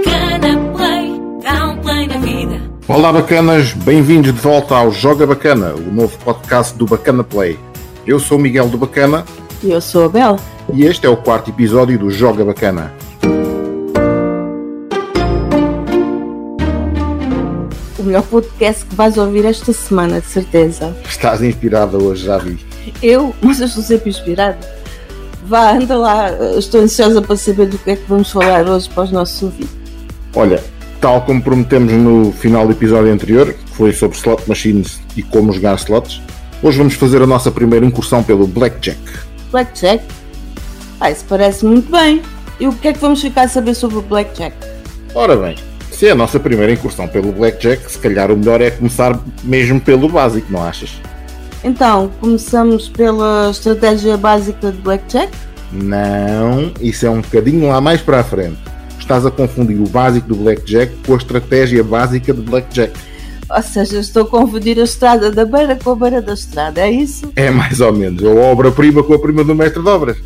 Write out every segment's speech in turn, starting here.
Bacana Play, dá um play na vida. Olá bacanas, bem-vindos de volta ao Joga Bacana, o novo podcast do Bacana Play. Eu sou o Miguel do Bacana E eu sou a Bel. e este é o quarto episódio do Joga Bacana. O melhor podcast que vais ouvir esta semana, de certeza. Estás inspirada hoje, já vi. Eu, mas eu estou sempre inspirada. Vá, anda lá. eu Estou ansiosa para saber do que é que vamos falar hoje para os nossos ouvintes. Olha, tal como prometemos no final do episódio anterior, que foi sobre slot machines e como jogar slots, hoje vamos fazer a nossa primeira incursão pelo Blackjack. Blackjack? Ah, isso parece muito bem. E o que é que vamos ficar a saber sobre o Blackjack? Ora bem, se é a nossa primeira incursão pelo Blackjack, se calhar o melhor é começar mesmo pelo básico, não achas? Então, começamos pela estratégia básica de Blackjack. Não, isso é um bocadinho lá mais para a frente. Estás a confundir o básico do Blackjack com a estratégia básica de Blackjack. Ou seja, estou a confundir a estrada da beira com a beira da estrada, é isso? É mais ou menos, ou a obra-prima com a prima do mestre de obras.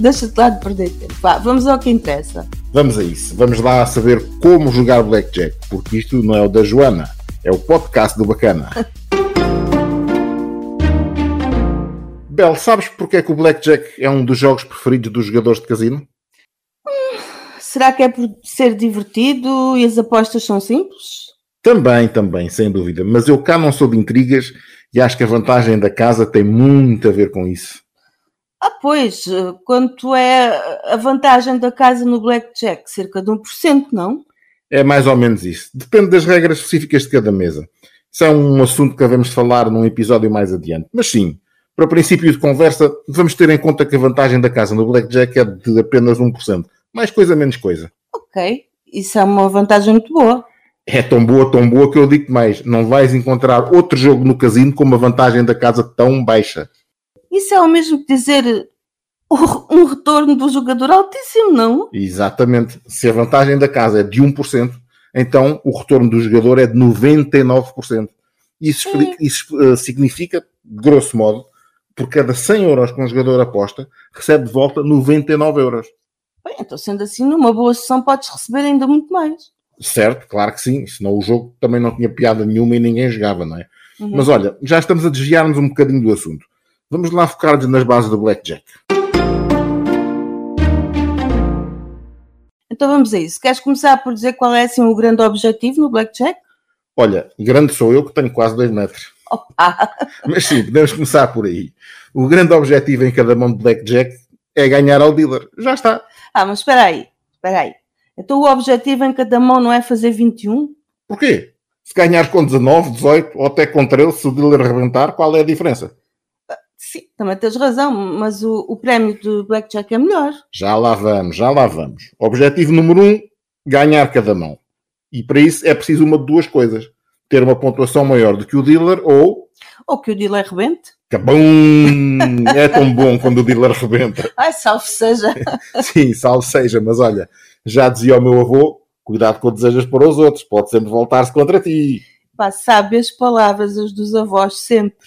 Deixa-te lá de perder tempo. Vá, vamos ao que interessa. Vamos a isso, vamos lá saber como jogar Blackjack, porque isto não é o da Joana, é o podcast do Bacana. Bel, sabes porque é que o Blackjack é um dos jogos preferidos dos jogadores de casino? Será que é por ser divertido e as apostas são simples? Também, também, sem dúvida. Mas eu cá não sou de intrigas e acho que a vantagem da casa tem muito a ver com isso. Ah, pois, eh, quanto é a vantagem da casa no Blackjack? Cerca de 1%, não? É mais ou menos isso. Depende das regras específicas de cada mesa. Isso é um assunto que devemos falar num episódio mais adiante. Mas sim, para princípio de conversa, vamos ter em conta que a vantagem da casa no Blackjack é de apenas 1%. Mais coisa, menos coisa. Ok, isso é uma vantagem muito boa. É tão boa, tão boa que eu digo mais. Não vais encontrar outro jogo no casino com uma vantagem da casa tão baixa. Isso é o mesmo que dizer eh, o- um retorno do jogador altíssimo, não? Exatamente. Se a vantagem da casa é de 1%, então o retorno do jogador é de 99%. Isso, expli- isso, eh, significa, grosso modo, por cada 100 euros que um jogador aposta, recebe de volta 99 euros. Bem, então sendo assim, numa boa sessão podes receber ainda muito mais. Certo, claro que sim, senão o jogo também não tinha piada nenhuma e ninguém jogava, não é? Uhum. Mas olha, já estamos a desviar-nos um bocadinho do assunto. Vamos lá focar-nos nas bases do Blackjack. Então vamos a isso. Queres começar por dizer qual é assim o grande objetivo no Blackjack? Olha, grande sou eu que tenho quase 2 metros. Opa! Mas sim, podemos começar por aí. O grande objetivo em cada mão de Blackjack é ganhar ao dealer. Já está. Ah, mas espera aí, espera aí. Então o objetivo em cada mão não é fazer 21? Porquê? Se ganhares com 19, 18 ou até com 13, se o dealer arrebentar, qual é a diferença? Sim, também tens razão, mas o, o prémio do Blackjack é melhor. Já lá vamos, já lá vamos. Objetivo número 1, um, ganhar cada mão. E para isso é preciso uma de duas coisas. Ter uma pontuação maior do que o dealer ou... Ou que o dealer rebente. Cabum! É tão bom quando o dealer rebenta. Ai, salve seja. Sim, salve seja, mas olha, já dizia o meu avô: cuidado com o que desejas para os outros, pode sempre voltar-se contra ti. Pá, sabe as palavras as dos avós sempre.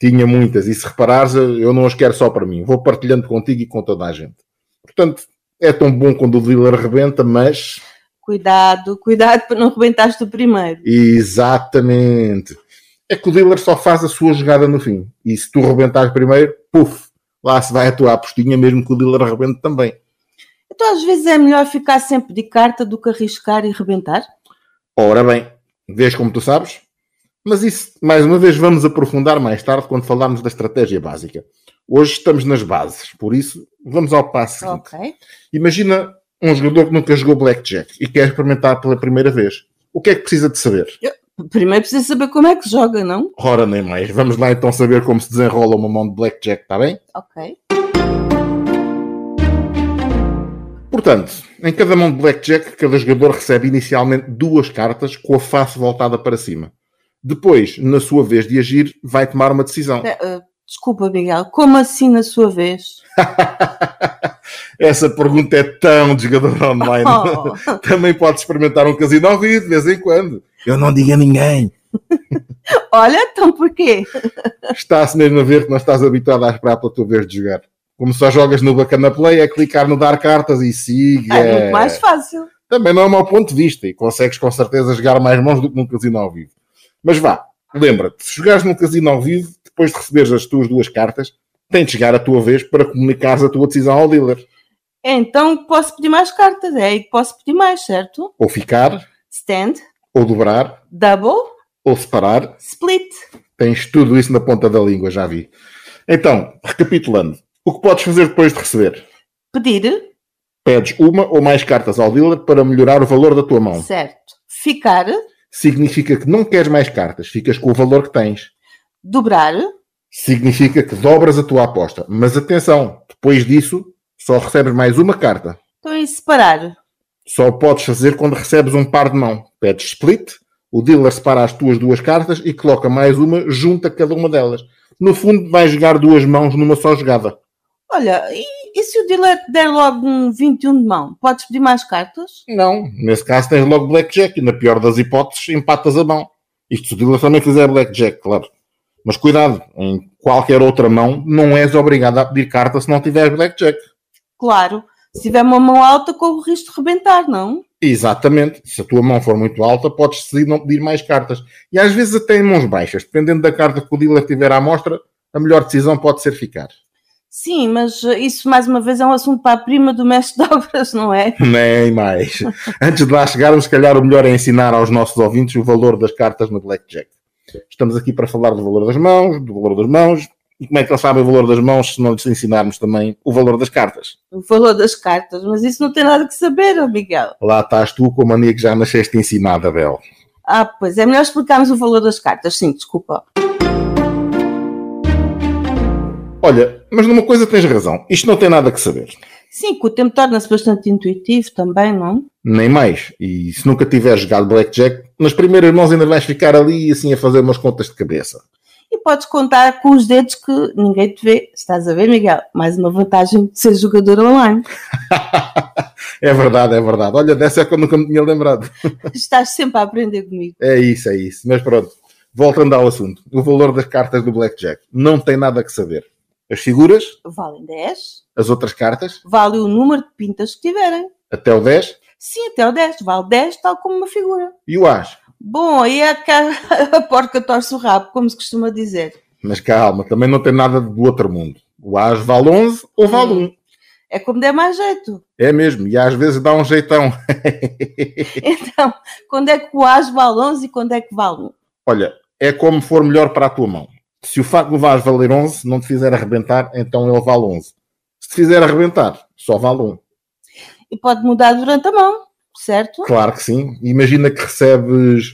Tinha muitas, e se reparares, eu não as quero só para mim, vou partilhando contigo e com toda a gente. Portanto, é tão bom quando o dealer rebenta, mas. Cuidado, cuidado para não rebentares do primeiro. Exatamente. É que o dealer só faz a sua jogada no fim, e se tu rebentares primeiro, puf, lá se vai a tua apostinha, mesmo que o dealer rebente também. Então às vezes é melhor ficar sempre de carta do que arriscar e rebentar. Ora bem, vês como tu sabes? Mas isso, mais uma vez, vamos aprofundar mais tarde quando falarmos da estratégia básica. Hoje estamos nas bases, por isso vamos ao passo seguinte. Ok. Imagina um jogador que nunca jogou Blackjack e quer experimentar pela primeira vez. O que é que precisa de saber? Primeiro precisa saber como é que joga, não? Ora, nem mais. Vamos lá então saber como se desenrola uma mão de Blackjack, está bem? Ok. Portanto, em cada mão de blackjack, cada jogador recebe inicialmente duas cartas com a face voltada para cima. Depois, na sua vez de agir, vai tomar uma decisão. Eh, eh, desculpa, Miguel, como assim na sua vez? Essa pergunta é tão de jogador online. Oh. Também pode experimentar um casino ao vivo de vez em quando. Eu não digo a ninguém. Olha, então porquê? Está-se mesmo a ver que não estás habituado a esperar pela tua vez de jogar. Como só jogas no Bacana Play, é clicar no dar cartas e siga. É muito mais fácil. Também não é mau ponto de vista e consegues com certeza jogar mais mãos do que num casino ao vivo. Mas vá, lembra-te, se jogares num casino ao vivo, depois de receberes as tuas duas cartas, tem de chegar a tua vez para comunicares a tua decisão ao dealer. Então posso pedir mais cartas, é aí que posso pedir mais, certo? Ou ficar, Stand, ou dobrar, double, ou separar. split. Tens tudo isso na ponta da língua, já vi. Então, recapitulando, o que podes fazer depois de receber? Pedir, Pedes uma ou mais cartas ao dealer para melhorar o valor da tua mão. certo. Ficar, Significa que não queres mais cartas, ficas com o valor que tens. dobrar, Significa que dobras a tua aposta. Mas atenção, depois disso, só recebes mais uma carta. então e separar. Só o podes fazer quando recebes um par de mão. Pedes split, o dealer separa as tuas duas cartas e coloca mais uma junto a cada uma delas. No fundo, vais jogar duas mãos numa só jogada. Olha, e, e se o dealer der logo um 21 de mão, podes pedir mais cartas? Não. Nesse caso, tens logo blackjack e, na pior das hipóteses, empatas a mão. Isto se o dealer também fizer blackjack, claro. Mas cuidado, em qualquer outra mão, não és obrigado a pedir carta se não tiveres blackjack. Claro, se tiver uma mão alta, corre o risco de rebentar, não? Exatamente. Se a tua mão for muito alta, podes decidir não pedir mais cartas. E às vezes até em mãos baixas, dependendo da carta que o dealer tiver à mostra, a melhor decisão pode ser ficar. Sim, mas eh, isso mais uma vez é um assunto para a prima do mestre de obras, não é? Nem mais. Antes de lá chegarmos, se calhar o melhor é ensinar aos nossos ouvintes o valor das cartas no Blackjack. Estamos aqui para falar do valor das mãos, do valor das mãos, e como é que eles sabem o valor das mãos se não lhes ensinarmos também o valor das cartas? O valor das cartas, mas isso não tem nada que saber, ó Miguel. Lá estás tu com a mania que já nasceste ensinada, Bel. Ah, pois é melhor explicarmos o valor das cartas, sim, desculpa. Olha, mas numa coisa tens razão. Isto não tem nada que saber. Sim, que o tempo torna-se bastante intuitivo também, não? Nem mais. E se nunca tiveres jogado Blackjack, nas primeiras mãos ainda vais ficar ali assim a fazer umas contas de cabeça. E podes contar com os dedos que ninguém te vê. Estás a ver, Miguel? Mais uma vantagem de ser jogador online. É verdade, é verdade. Olha, dessa é que eu nunca me tinha lembrado. Estás sempre a aprender comigo. É isso, é isso. Mas pronto, voltando ao assunto. O valor das cartas do Blackjack. Não tem nada que saber. As figuras, Valem 10, as outras cartas, vale o número de pintas que tiverem. até o 10 Sim, até o 10, vale 10, tal como uma figura. e o as. Bom, aí é que a a porca torce o rabo, como se costuma dizer. Mas calma, também não tem nada do outro mundo. O as vale 11 ou vale 1. É como der mais jeito. É mesmo, e às vezes dá um jeitão. Então, quando é que o as vale 11 e quando é que vale 1? Olha, é como for melhor para a tua mão. Se o facto do Vaz valer 11 não te fizer arrebentar, então ele vale 11. Se te fizer arrebentar, só vale 1. E pode mudar durante a mão, certo? Claro que sim. Imagina que recebes,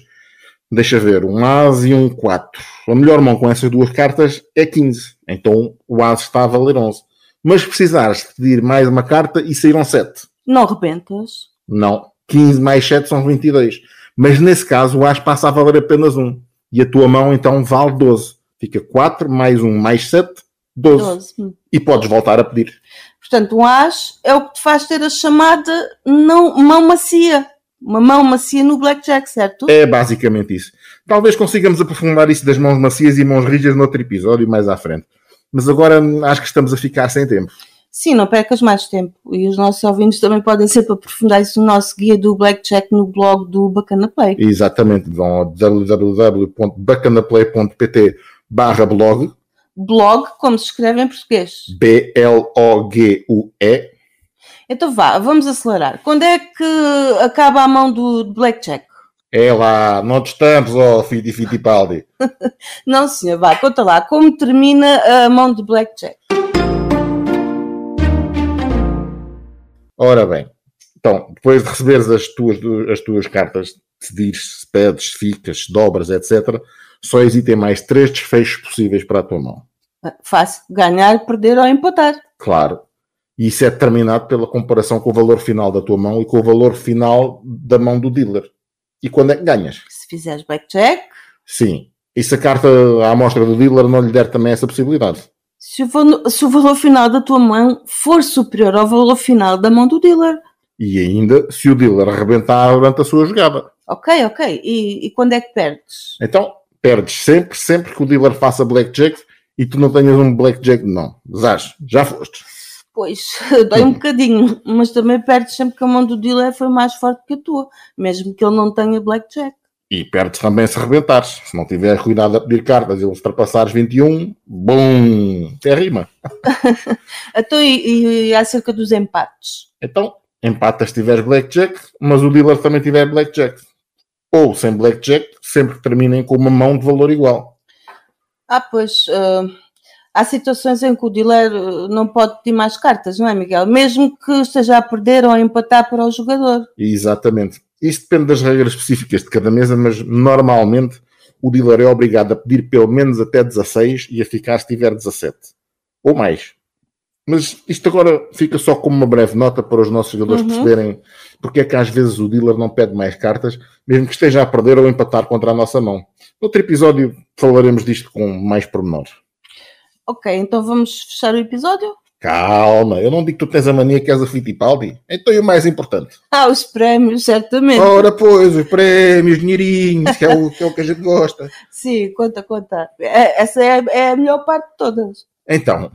deixa ver, um As e um 4. A melhor mão com essas duas cartas é 15. Então o As está a valer 11. Mas se precisares de pedir mais uma carta e saíram 7. Não rebentas. Não. 15 mais 7 são 22. Mas nesse caso, o as passa a valer apenas 1. E a tua mão então vale 12. Fica 4 mais 1 mais 7, 12. 12. E podes voltar a pedir. Portanto, um as é o que te faz ter a chamada não, mão macia. Uma mão macia no blackjack, certo? É basicamente isso. Talvez consigamos aprofundar isso das mãos macias e mãos rijas noutro episódio mais à frente. Mas agora hum, acho que estamos a ficar sem tempo. Sim, não percas mais tempo. E os nossos ouvintes também podem sempre aprofundar isso no nosso guia do blackjack no blog do Bacana Play. Exatamente. Vão a www.bacanaplay.pt barra blog Blog, como se escreve em português. B-L-O-G-U-E Então vá, vamos acelerar. Quando é que acaba a mão do blackjack? É lá, não te estamos, ó oh, Fiti Fitipaldi. Não, senhor, vá, conta lá. Como termina a mão do blackjack? Ora bem, então, depois de receberes as tuas, as tuas cartas, decidires se pedes, se ficas, se dobras, etc., só existem mais três desfechos possíveis para a tua mão. Fácil. Ganhar, perder ou empatar. Claro. E isso é determinado pela comparação com o valor final da tua mão e com o valor final da mão do dealer. E quando é que ganhas? Se fizeres blackjack, Sim. E se a carta à amostra do dealer não lhe der também essa possibilidade? se o, valo- se o valor final da tua mão for superior ao valor final da mão do dealer. E ainda, se o dealer arrebentar durante a sua jogada. Ok, ok. E, e quando é que perdes? Então, perdes sempre, sempre que o dealer faça blackjack e tu não tenhas um blackjack, não. Zás, já foste. Pois, dói um bocadinho, mas também perdes sempre que a mão do dealer foi mais forte que a tua, mesmo que ele não tenha blackjack. E perdes também se arrebentares. Se não tiver cuidado a pedir cartas e ultrapassares 21, bom, até rima. Então, e, e acerca dos empates? Então, empatas se tiveres blackjack, mas o dealer também tiver blackjack. Ou sem blackjack, sempre terminem com uma mão de valor igual. Ah, pois, ah, há situações em que o dealer ah, não pode pedir mais cartas, não é, Miguel? Mesmo que esteja a perder ou a empatar para o jogador. Exatamente. Isto depende das regras específicas de cada mesa, mas normalmente o dealer é obrigado a pedir pelo menos até 16 e a ficar se tiver 17. Ou mais. Mas isto agora fica só como uma breve nota para os nossos jogadores Uhum. perceberem porque é que às vezes o dealer não pede mais cartas, mesmo que esteja a perder ou empatar contra a nossa mão. Noutro episódio falaremos disto com mais pormenores. Ok, então vamos fechar o episódio? Calma, eu não digo que tu tens a mania que és a Fittipaldi. Então e o mais importante? Ah, os prémios, certamente. Ora, pois, os prémios, dinheirinhos, que é o que, é o que a gente gosta. Sim, conta, conta. É- Essa é, é a melhor parte de todas. Então.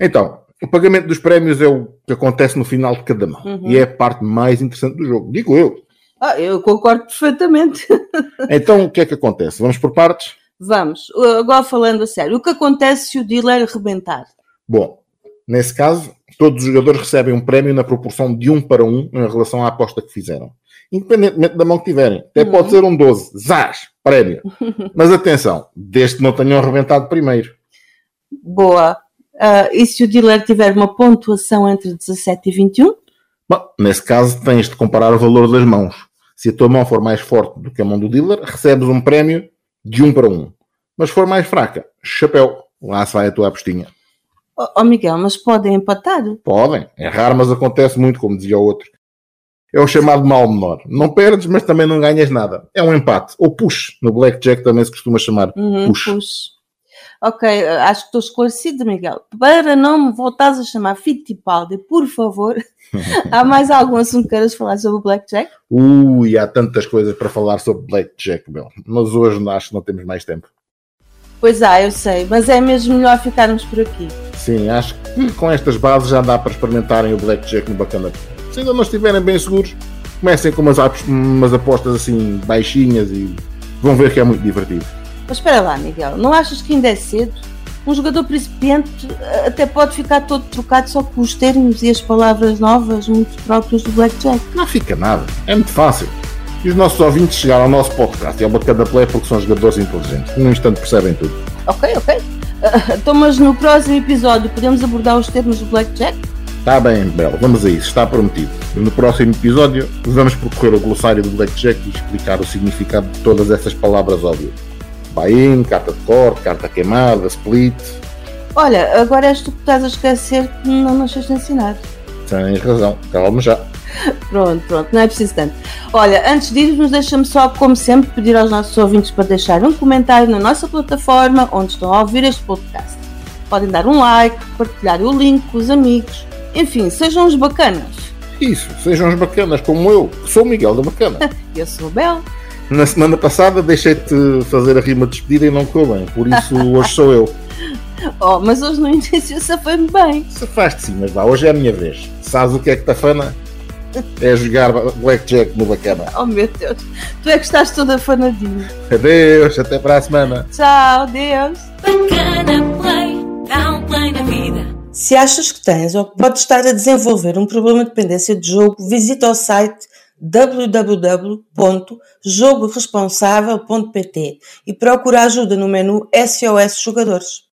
Então, o pagamento dos prémios é o que acontece no final de cada mão. Uhum. E é a parte mais interessante do jogo, digo eu. Ah, eu concordo perfeitamente. Então, o que é que acontece? Vamos por partes? Vamos, uh, agora falando a sério, o que acontece se o dealer rebentar? Bom, nesse caso, todos os jogadores recebem um prémio na proporção de 1 para 1 em relação à aposta que fizeram. Independentemente da mão que tiverem. Até Uhum. pode ser um 12. Zás! Prémio. Mas atenção, desde que não tenham arrebentado primeiro. Boa. Ah, e se o dealer tiver uma pontuação entre 17 e 21? Bom, nesse caso, tens de comparar o valor das mãos. Se a tua mão for mais forte do que a mão do dealer, recebes um prémio de 1 para 1. Mas se for mais fraca, chapéu. Lá se vai a tua apostinha. Oh, oh, Miguel, mas podem empatar? Podem. É raro, mas acontece muito, como dizia o outro. É o chamado mal menor. Não perdes, mas também não ganhas nada. É um empate. Ou push. No Blackjack também se costuma chamar. Uhum, Puxa. puxa. Ok, ah, acho que estou esclarecida, Miguel. Para não me voltares a chamar Fittipaldi, por favor, há mais algum assunto que queiras falar sobre o Blackjack? Ui, há tantas coisas para falar sobre Blackjack, meu. Mas hoje não- acho que não temos mais tempo. Pois há, eu sei, mas é mesmo melhor ficarmos por aqui. Sim, acho que com estas bases já dá para experimentarem o Blackjack no Bacana. Se ainda não estiverem bem seguros, comecem com umas, apos- umas apostas assim baixinhas e vão ver que é muito divertido. Mas espera lá, Miguel, não achas que ainda é cedo? Um jogador principiante ah, até pode ficar todo trocado só com os termos e as palavras novas muito próprios do Blackjack. Não fica nada, é muito fácil. E os nossos ouvintes chegaram ao nosso podcast e ao Bacana Play porque são jogadores inteligentes. Num instante percebem tudo. Ok, ok. Ah, Então, mas no próximo episódio podemos abordar os termos do Blackjack? Está Tá bem, Belo, vamos a isso, está prometido. No próximo episódio, vamos percorrer o glossário do Blackjack e explicar o significado de todas essas palavras óbvias. Buy-in, carta de corte, carta queimada, split, Olha, agora és tu que estás a esquecer que não nos tens ensinado. Tens razão, calma já. Pronto, pronto, não é preciso tanto. Olha, antes de irmos, deixa-me só, como sempre, pedir aos nossos ouvintes para deixar um comentário na nossa plataforma onde estão a ouvir este podcast. Podem dar um like, partilhar o link com os amigos, enfim, sejam os bacanas. Isso, sejam os bacanas como eu, que sou o Miguel da Bacana. Eu sou a Bel. Na semana passada deixei-te fazer a rima de despedida e não correu bem, por isso hoje sou eu. Oh, mas hoje no início safei-me bem. Se faz-te sim, mas vá, hoje é a minha vez. Sabes o que é que te afana? É jogar Blackjack no Bacana. Oh meu Deus, tu é que estás toda afanadinha. Adeus, até para a semana. Tchau, Deus. Bacana Play, dá um play na vida. Se achas que tens ou que podes estar a desenvolver um problema de dependência de jogo, visita o site www.jogoresponsável.pt e procura ajuda no menu SOS Jogadores.